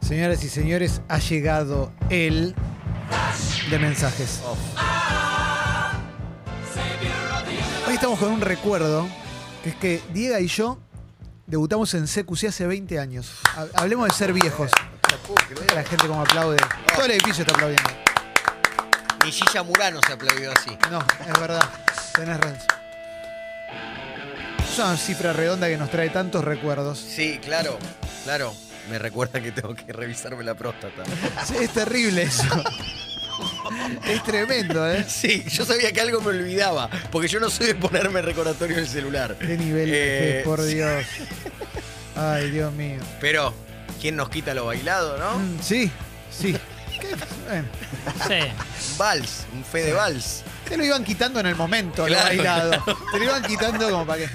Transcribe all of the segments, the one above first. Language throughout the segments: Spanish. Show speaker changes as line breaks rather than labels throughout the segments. Señoras y señores, ha llegado el de mensajes. Hoy estamos con un recuerdo, que es que Diego y yo debutamos en CQC hace 20 años. Ha- Hablemos de ser viejos. La gente como aplaude. Todo el edificio está aplaudiendo.
Ni Gilla Murano se aplaudió así.
No, es verdad. Tenés razón. Es una cifra redonda que nos trae tantos recuerdos.
Sí, claro, claro. Me recuerda que tengo que revisarme la próstata.
Sí, Es terrible eso. Es tremendo, ¿eh?
Sí, yo sabía que algo me olvidaba, porque yo no soy de ponerme recordatorio en el celular.
Qué nivel que
Eh,
es, por
sí,
Dios. Ay, Dios mío.
Pero, ¿quién nos quita lo bailado, no?
Mm, Sí, sí. ¿Qué? Bueno,
Sí.
Vals, un fe de vals.
te lo iban quitando en el momento, lo
Claro,
bailado. Te lo iban quitando como para que.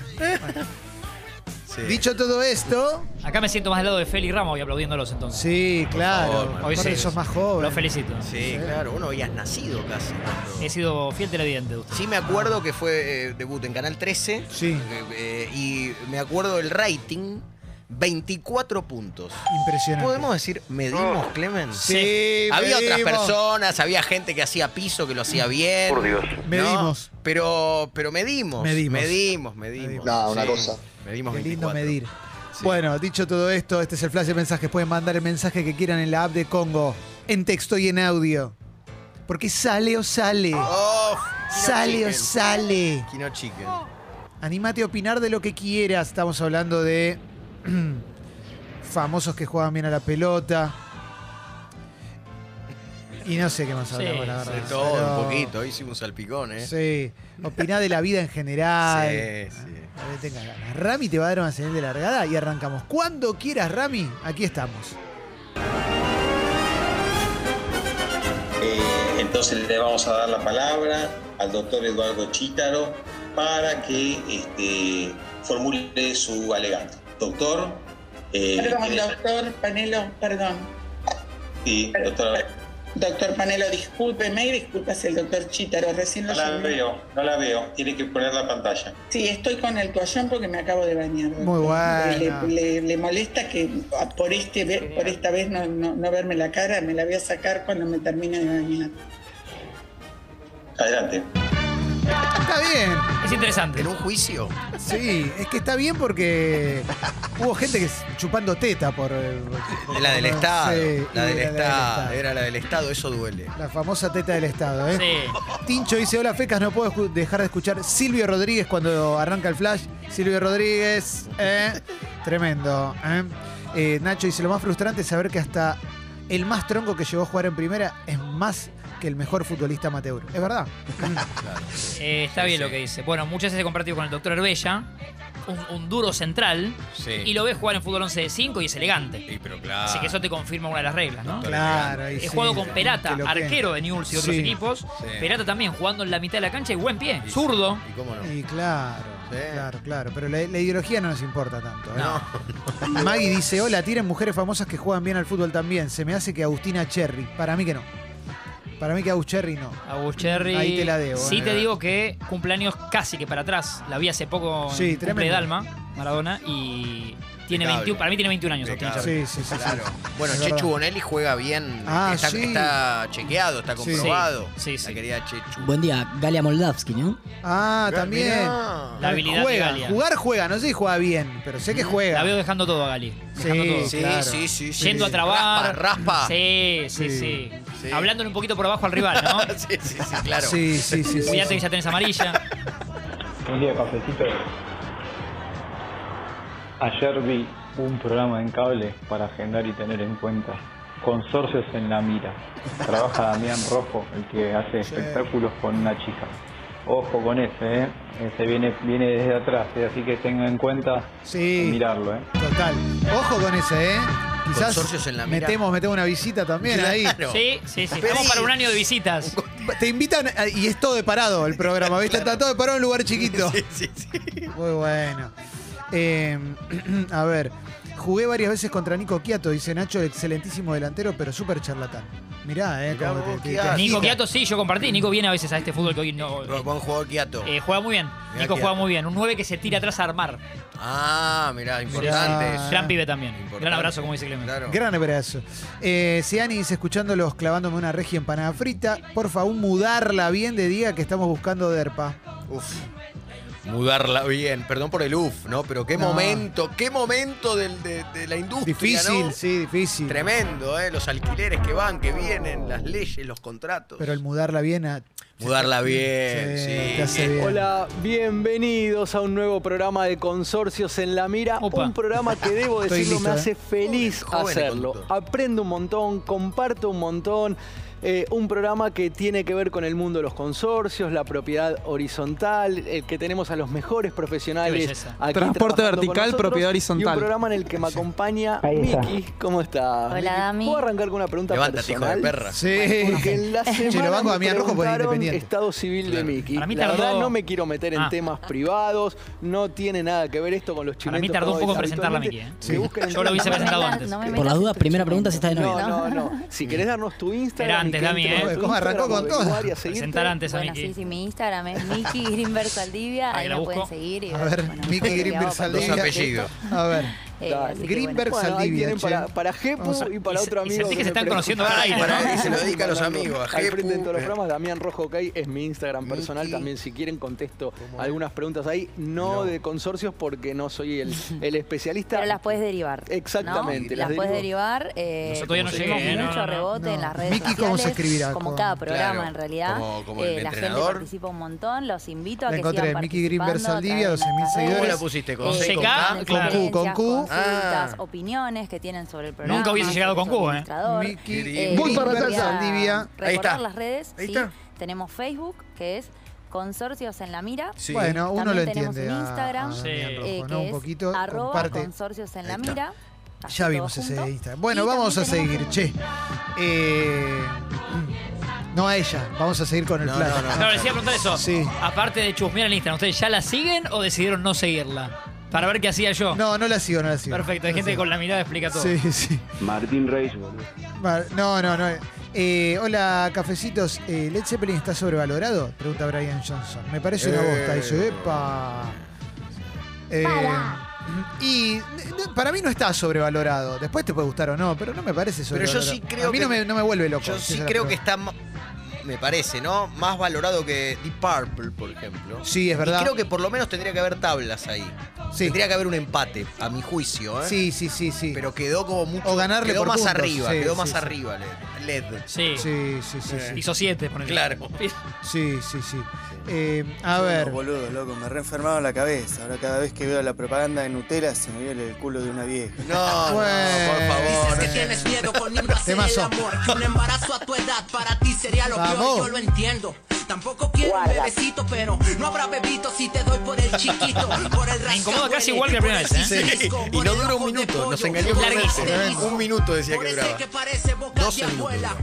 Sí.
Dicho todo esto.
Acá me siento más al lado de Feli Ramos y aplaudiéndolos entonces.
Sí, claro.
favor,
Hoy
Hoy sí.
sos más joven.
Los felicito.
Sí, claro, uno habías nacido casi.
He sido fiel televidente de usted.
Sí, me acuerdo que fue eh, debut en Canal 13.
Sí.
eh, eh, y me acuerdo del rating, 24 puntos.
Impresionante.
¿Podemos decir, medimos, Clemens?
Sí,
Oh. Había otras
medimos.
personas, había gente que hacía piso, que lo hacía bien. Por Dios.
Medimos.
Pero, pero medimos.
Medimos.
Medimos, medimos.
No, una cosa.
Medimos
Qué lindo
24.
medir.
Sí.
Bueno, dicho todo esto, este es el flash de mensajes. Pueden mandar el mensaje que quieran en la app de Congo, en texto y en audio. Porque sale o sale.
Oh,
sale o
Kino Chicken.
sale. Oh.
Kino Chicken.
Animate a opinar de lo que quieras. Estamos hablando de famosos que juegan bien a la pelota. Y no sé qué más
Sí,
hablamos, la verdad.
De todo,
Pero-
un poquito. Hoy hicimos un salpicón, ¿eh?
Sí. Opiná de la vida en general. Ah,
Sí, sí.
A ver, tenga ganas. Rami te va a dar una señal de largada y arrancamos. Cuando quieras, Rami, aquí estamos.
Eh, entonces le vamos a dar la palabra al doctor Eduardo Chítaro para que este, formule su alegato. Doctor. eh,
Perdón,
¿tiene-
doctor Panelo, perdón.
Sí, doctora.
Doctor Panelo, discúlpeme y disculpas el doctor Chítaro, recién lo
No la
llamé.
veo, no la veo. Tiene que poner la pantalla.
Sí, estoy con el toallón porque me acabo de bañar. doctor.
Muy bueno.
Le, le- le molesta que ah, por, este, ve- por esta vez no, no- no verme la cara, me la voy a sacar cuando me termine de bañar.
Adelante.
Está bien.
Es interesante.
En un juicio.
Sí, es que está bien porque hubo gente que s- chupando teta por. eh, por-
La del
por-
Estado.
sí,
la del
era
Estado. Era la del Estado, eso duele.
La famosa teta del Estado, ¿eh?
Sí.
Tincho dice, hola fecas, no puedo escu- dejar de escuchar Silvio Rodríguez cuando arranca el flash. Silvio Rodríguez, ¿eh? tremendo. ¿eh? Eh, Nacho dice, lo más frustrante es saber que hasta el más tronco que llegó a jugar en primera es más que el mejor futbolista amateur. Es verdad.
Eh, está
Sí,
bien
sí.
lo que dice. Bueno, muchas veces he compartido con el doctor Herbella, un, un duro central,
Sí.
y lo ves jugar en fútbol 11 de 5 y es elegante.
Sí, pero claro.
Así que eso te confirma una de las reglas, ¿no?
Claro.
ahí
He
sí,
jugado con Perata,
que lo que-
arquero de Newell's y otros
Sí.
equipos. Perata también jugando en la mitad de la cancha y buen pie. Zurdo.
¿Y cómo no?
Y claro,
Sí.
claro, claro. Pero la, la ideología no nos importa tanto. ¿eh?
No.
Maggie dice, hola, tienen mujeres famosas que juegan bien al fútbol también. Se me hace que Agustina Cherry. Para mí que no. Para mí que Agus Cherry no.
Agus Cherry.
Ahí te la debo,
Sí,
eh.
te digo que cumpleaños casi que para atrás. La vi hace poco en
Sí,
el cumple de
tremendo.
Dalma, Maradona, y tiene
Impecable.
21, para mí tiene 21 años. Agustín
Impecable.
Cherry.
Sí, sí, sí. sí.
Claro. Bueno,
Es verdad.
Chechu Bonelli juega bien.
Ah,
está,
sí.
está chequeado, está comprobado.
Sí, sí.
La querida Chechu.
Buen día, Galia Moldavsky, ¿no?
Ah,
Mirá,
también.
mirá.
La habilidad
juega,
de Galia.
Jugar juega, no sé si juega bien, pero sé que juega.
La veo dejando todo a Gali. Dejando todo.
Sí,
claro.
sí, sí, sí.
Yendo a trabar.
Raspa, raspa.
Sí, sí,
Sí.
sí.
Sí.
Hablándole un poquito por abajo al rival, ¿no?
Sí, sí, sí, claro.
Sí, sí, sí. sí,
Cuidate
sí.
que ya tenés amarilla.
Buen día, cafecito. Ayer vi un programa en cable para agendar y tener en cuenta. Consorcios en la mira. Trabaja Damián Rojo, el que hace espectáculos con una chica. Ojo con ese, ¿eh? Ese viene, viene desde atrás, ¿eh? así que tenga en cuenta
Sí.
mirarlo, ¿eh.
Total. Ojo con ese, ¿eh? Quizás
Consorcios en la mirada.
metemos, metemos una visita también ahí.
Claro.
Sí, sí, sí.
Pedí.
Estamos para un año de visitas.
Te invitan a- y es todo de parado el programa, ¿viste? Está todo de parado en un lugar chiquito.
Sí, sí, sí.
Muy bueno. Eh, Em, a ver, Jugué varias veces contra Nico Quiato, dice Nacho, excelentísimo delantero, pero súper charlatán. Mirá, eh,
Mirá
cómo
vos,
te- te-
Chiatto.
te agita.
Nico Quiato, sí, yo compartí. Nico viene a veces a este fútbol que hoy no.
Buen jugador Quiato.
Eh, juega muy bien.
Mirá
Nico
Chiatto.
juega muy bien. Un 9 que se tira atrás a armar.
Ah, mirá, importante.
Mirá.
eso.
Gran pibe también.
Importante.
Gran abrazo, como dice Clemente.
Claro.
Gran abrazo. Eh, Seani dice, escuchándolos clavándome una regia empanada frita, porfa, un mudarla bien de día que estamos buscando derpa.
Uf. Mudarla bien, perdón por el uf, ¿no? Pero qué
No.
momento, qué momento del- de, de la industria.
Difícil,
¿no?
sí, difícil.
Tremendo, ¿eh? Los alquileres que van, que vienen, las leyes, los contratos.
Pero el mudarla bien a...
Mudarla bien,
Sí,
sí.
te hace bien.
Hola, bienvenidos a un nuevo programa de Consorcios en la Mira.
Opa.
Un programa que debo
Estoy
decirlo
listo,
me
¿eh?
hace feliz
Joven el
hacerlo.
conductor.
Aprendo un montón, comparto un montón. Eh, un programa que tiene que ver con el mundo de los consorcios, la propiedad horizontal, el que tenemos a los mejores
Qué
profesionales.
belleza.
Aquí
Transporte
trabajando
vertical,
con nosotros,
propiedad
Y un
horizontal.
programa en el que me acompaña
Ahí está.
Miki. ¿Cómo está?
Hola, Dami.
¿Puedo arrancar con una pregunta
Levántate, hijo de
personal?
perra.
Porque
Sí.
en la
lo
semana
banco
me
a Damián Rojo por
preguntaron
Independiente.
Estado civil
Claro.
de Miki.
Para mí
La
tardó-
verdad no me quiero meter en
Ah.
temas privados, no tiene nada que ver esto con los
Para
chilenos.
mí tardó un poco en presentarla, Miki. ¿eh? Yo lo hubiese
No me
presentado
metas-
antes.
no me
Por
metas
la duda,
en tu
primera
chumento.
pregunta si está de novio.
No, no, no. Si querés darnos tu
Era antes,
Instagram. y que
Dami,
entren
¿eh?
a tu
¿Cómo arrancó
Instagram
con
a
todo?
averiguar y a seguirte.
Presentar antes a
Bueno, sí,
Miki.
sí, mi Instagram es Miki Grimberg Saldivia,
Ahí
ahí
la
la pueden
busco.
seguir. y
A ver,
bueno,
Miki
qué
Grimberg
hago para
Los
Saldivia.
todo
apellidos.
esto.
A ver,
Eh,
Dale.
así que
Grimberg
bueno.
Bueno, ahí
Saldivia,
tienen
che.
para, para Jepu
Vamos a-
y para
y
otro
se- y
amigo.
sentí que
me
se están
preguntó.
conociendo al aire,
¿no? Ahí se lo dedica a los amigos, a
Al frente de
Jepu.
todos los programas, Damián Rojo Cay es mi Instagram personal.
Miki.
También, si quieren, contesto algunas preguntas ahí. No,
No.
de consorcios porque no soy el, el especialista.
Pero las puedes derivar. ¿no?
Exactamente,
Las,
las
puedes
derivo.
derivar. Eh,
Nosotros todavía no
tuvimos
llegué, ¿eh?
mucho
No, no.
rebote en las redes
Miki, ¿cómo
sociales.
se escribirá?
Como
Con-
cada programa,
Claro,
en realidad. Eh,
como- como el
la gente
entrenador.
participa un montón. Los invito a
La
que
encontré,
sigan
Miki Grimberg
participando,
Saldivia,
también
12.000
en las
seguidores.
¿Cómo la
redes.
pusiste? ¿Con
Eh,
C, con
CK?
K?
Claro. Q, con Q.
Consultas,
Ah.
opiniones que tienen sobre el programa.
Nunca hubiese llegado con
sobre
Q,
el
¿eh?
administrador.
Miki
Eh,
Grimberg
voy a
Saldivia.
recordar
Ahí está.
las redes.
Ahí
sí.
está.
Tenemos Facebook, que es Consorcios en la Mira.
Sí.
Bueno, uno
También
lo
tenemos
entiende.
un
a-
Instagram,
a Damián
eh,
Rojo,
eh,
¿no?
que
un
es
poquito
arroba
comparte.
Consorcios en
Ahí
la
está.
Mira. así
Ya
todo
vimos ese
junto.
Instagram. Bueno,
Y
vamos a
también
seguir,
tenemos
che. Eh, no a ella, vamos a seguir con el
No,
plan.
no, no.
Claro, les iba a preguntar eso.
Sí.
Aparte de chusmear en Instagram, ¿ustedes ya la siguen o decidieron no seguirla? Para ver qué hacía yo.
No, no la sigo, no la sigo.
Perfecto, hay
No
gente que
sigo.
con la mirada explica todo.
Sí, sí.
Martín Reis, boludo.
Vale, No, no, no. Eh, hola, cafecitos. Eh, ¿Led Zeppelin está sobrevalorado? Pregunta Brian Johnson. Me parece una
Eh.
bosta. Dice, epa. Eh, y no, para mí no está sobrevalorado. Después te puede gustar o no, pero no me parece
Pero yo
sobrevalorado.
sí creo
A mí
que-
no, me, no me vuelve loco.
Yo
si
sí
esa es la
creo que
pregunta.
está, ma- me parece, ¿no? Más valorado que Deep Purple, por ejemplo.
Sí, es
Y
verdad.
creo que por lo menos tendría que haber tablas ahí.
Sí.
Tendría que haber un empate, a mi juicio, ¿eh?
Sí, sí, sí, sí.
Pero quedó como mucho.
O ganarle
quedó
por
más
puntos.
arriba,
Sí,
quedó
sí,
más
sí.
arriba LED. LED.
Sí.
Sí, sí, sí, sí.
Eh.
Hizo siete, por
Claro.
Sí, sí, sí. Eh, a ver,
boludo, loco, me reenfermaron la cabeza. Ahora cada vez que veo la propaganda de Nutella se me viene el culo de una vieja.
No, no, por
Bueno.
favor.
miedo con
temazo.
un embarazo a tu edad para ti sería lo
Vamos.
yo lo entiendo. Tampoco quiero un bebecito, pero no habrá bebito si te doy por el chiquito, por el
Me incomoda casi igual que la primera vez, ¿eh?
Sí, y no duró un minuto, nos engañó con
Larguísimo.
eso. Un minuto decía que duraba.
que parece boca
Doce
de
minutos
abuela.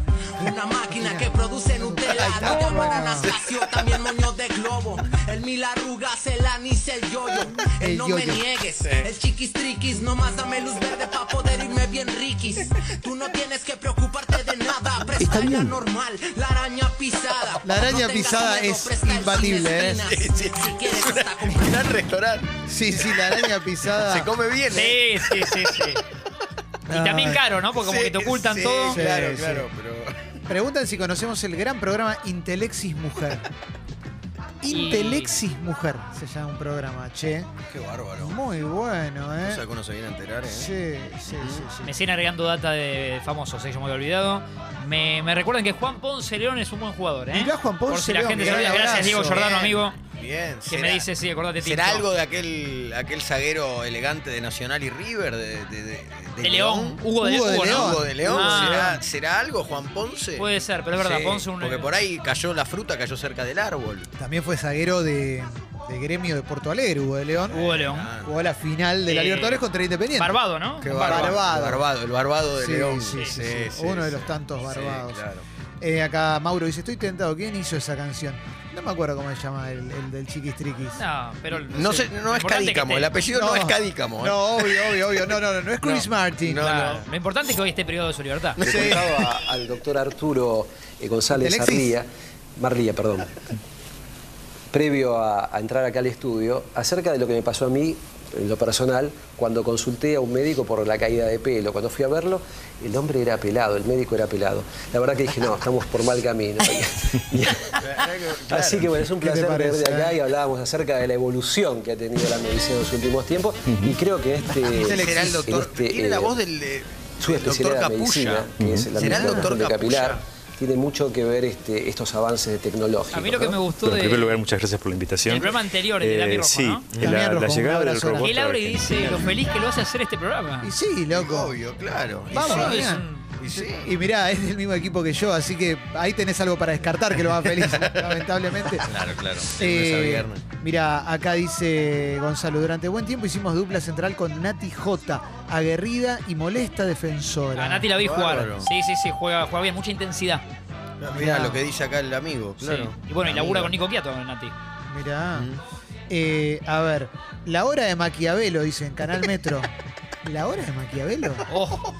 Una máquina que produce Nutella. No te bananas lacio, también moños de globo. El mil arrugas, el anís, el yoyo. El
El
no me
yoyo.
niegues. El chiquis triquis, nomás dame luz verde pa' poder irme bien riquis. Tú no tienes que preocuparte de nada. Presta la normal, la araña pisada.
La araña
tengas
pisada es
presta el sin
imbatible, ¿eh?
espinas.
Sí, sí.
Si quieres hasta
Un
comprar
gran restaurante.
sí, sí, la araña pisada.
Se come bien. ¿eh?
Sí, sí, sí, sí. Y también caro, ¿no? Porque como
Sí,
que te ocultan
sí,
todo.
Sí,
Claro,
sí.
claro, pero.
Preguntan si conocemos el gran programa Intelexis Mujer.
Y-
Intelexis Mujer se llama un programa, che.
Qué bárbaro.
Muy bueno,
No
¿eh?
sé cómo se viene a enterar, ¿eh?
Sí, sí, sí. sí.
Me siguen agregando data de famosos, ¿eh? yo me había olvidado. Me, me recuerdan que Juan Ponce León es un buen jugador, ¿eh?
Mirá, Juan Ponce
Por si la
León,
gente
mirá
se
el
Gracias,
abrazo.
Diego Jordano,
Bien,
amigo.
Bien.
Que me dice, sí, acordate, Tito.
¿Será algo de aquel, aquel zaguero elegante de Nacional y River? De, de- de- de
De León. Hugo de,
Hugo de
Hugo, ¿no?
León.
Hugo de León.
Ah.
¿Será, será algo, Juan Ponce?
Puede ser, pero es verdad,
Sí,
Ponce un...
Porque por ahí cayó la fruta, cayó cerca del árbol.
También fue zaguero de, de gremio de Porto Alegre, Hugo de León.
Hugo de León.
Ah,
Jugó la final de la
Eh,
Libertadores contra Independiente.
Barbado, ¿no?
qué
Un
bárbaro.
barbado.
Barbado, El barbado de
Sí,
León.
sí, sí, sí.
sí,
Uno de
sí.
los tantos
Sí,
barbados.
claro.
Eh, acá Mauro dice, estoy tentado, ¿quién hizo esa canción? No me acuerdo cómo se llama el, el del chiquis triquis.
No, pero.
No, sé, no es Cadícamo, el apellido no, es Cadícamo. ¿eh?
No, obvio, obvio, obvio. No, no, no, no es Chris Martin.
No,
Claro. Lo importante es que hoy esté privado de su libertad.
Le contaba al doctor Arturo eh, González
Alexis.
Arlía, Marlía, perdón, previo a, a entrar acá al estudio, acerca de lo que me pasó a mí, en lo personal, cuando consulté a un médico por la caída de pelo. Cuando fui a verlo, el hombre era pelado, el médico era pelado. La verdad que dije, no, estamos por mal camino. Y- Así que bueno, es un
¿Qué te
placer tener
parece,
de acá
eh?
y hablábamos acerca de la evolución que ha tenido la medicina en los últimos tiempos y creo que este...
Será el doctor.
en este,
tiene la
eh,
voz del, eh,
su
del
especialidad
doctor
de medicina,
Capulla.
que es la
¿Será el
medicina
doctor
de capilar,
Capulla?
tiene mucho que ver este, estos avances de tecnológicos.
A mí lo que
¿no?
me gustó
Bueno, en
de.
primer lugar, muchas gracias por la invitación.
El programa anterior, el de
Eh,
Lapi Rojo,
Sí,
¿no?
la,
Lapi
la
Rojo, un
llegada del
abrazo grande.
robot.
Él abre y dice
argentino.
lo feliz que lo hace hacer este programa.
Y sí, loco.
Obvio, claro. Y
Vamos,
sí,
Damián.
y sí.
Y mirá, es del mismo equipo que yo, así que ahí tenés algo para descartar que lo va feliz, lamentablemente.
Claro, claro.
Eh, mira, acá dice Gonzalo, durante buen tiempo hicimos dupla central con Nati J, aguerrida y molesta defensora.
A Nati la vi jugar.
Bárbaro.
Sí, sí, sí, juega, juega bien, mucha intensidad.
Mira lo que dice acá el amigo,
Sí.
claro.
Y bueno, y labura con
Amigo.
Nico Quiato, Nati.
Mirá. Eh, a ver, la hora de Maquiavelo, dice en Canal Metro. ¿La hora de Maquiavelo?
Oh,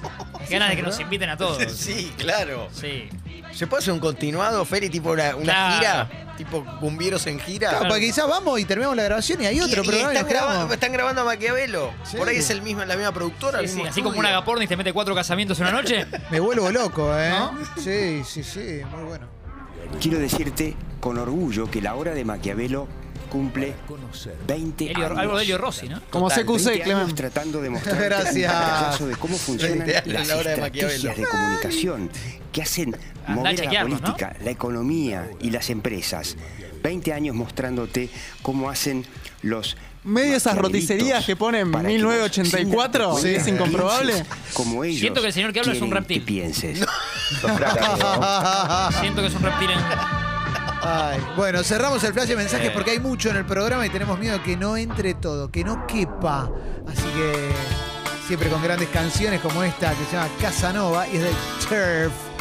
qué ganas de que nos inviten a todos.
Sí, claro.
Sí.
¿Se puede hacer un continuado, Feli? Tipo una, una
Claro.
gira, tipo cumbieros en gira.
Claro, porque quizás vamos y terminamos la grabación y hay otro
Y- y
programa. y
están,
nos quedamos.
grabando, están grabando a Maquiavelo.
Sí.
Por ahí es el mismo, la misma productora.
Sí,
el
sí,
mismo
así como
estudio.
una agapornis te mete cuatro casamientos en una noche.
Me vuelvo loco, ¿eh?
¿No?
Sí, sí, sí, muy bueno.
Quiero decirte con orgullo que la hora de Maquiavelo cumple 20
Elio-
años.
algo de Elio Rossi, ¿no?
Como
Total,
CQC,
20 años
Clemen.
tratando de mostrar
Gracias.
de cómo funcionan
Veinte años,
las
la hora de
estrategias
Maquiavelo.
de comunicación que hacen
Andá a
mover a la
chequearnos, ¿no?
política, la economía y las empresas. 20 años mostrándote cómo hacen los
Medio esas
maquiavelitos
roticerías que ponen
para que vos,
1984,
sin darte
es
cuenta,
incomprobable.
pienses Como ellos
Siento que el señor que habla es un
quieren
reptil.
que pienses.
Siento que es un reptil en.
Ay, bueno, cerramos el flash de mensajes porque hay mucho en el programa y tenemos miedo que no entre todo, que no quepa. Así que siempre con grandes canciones como esta que se llama Casanova y es del Turf.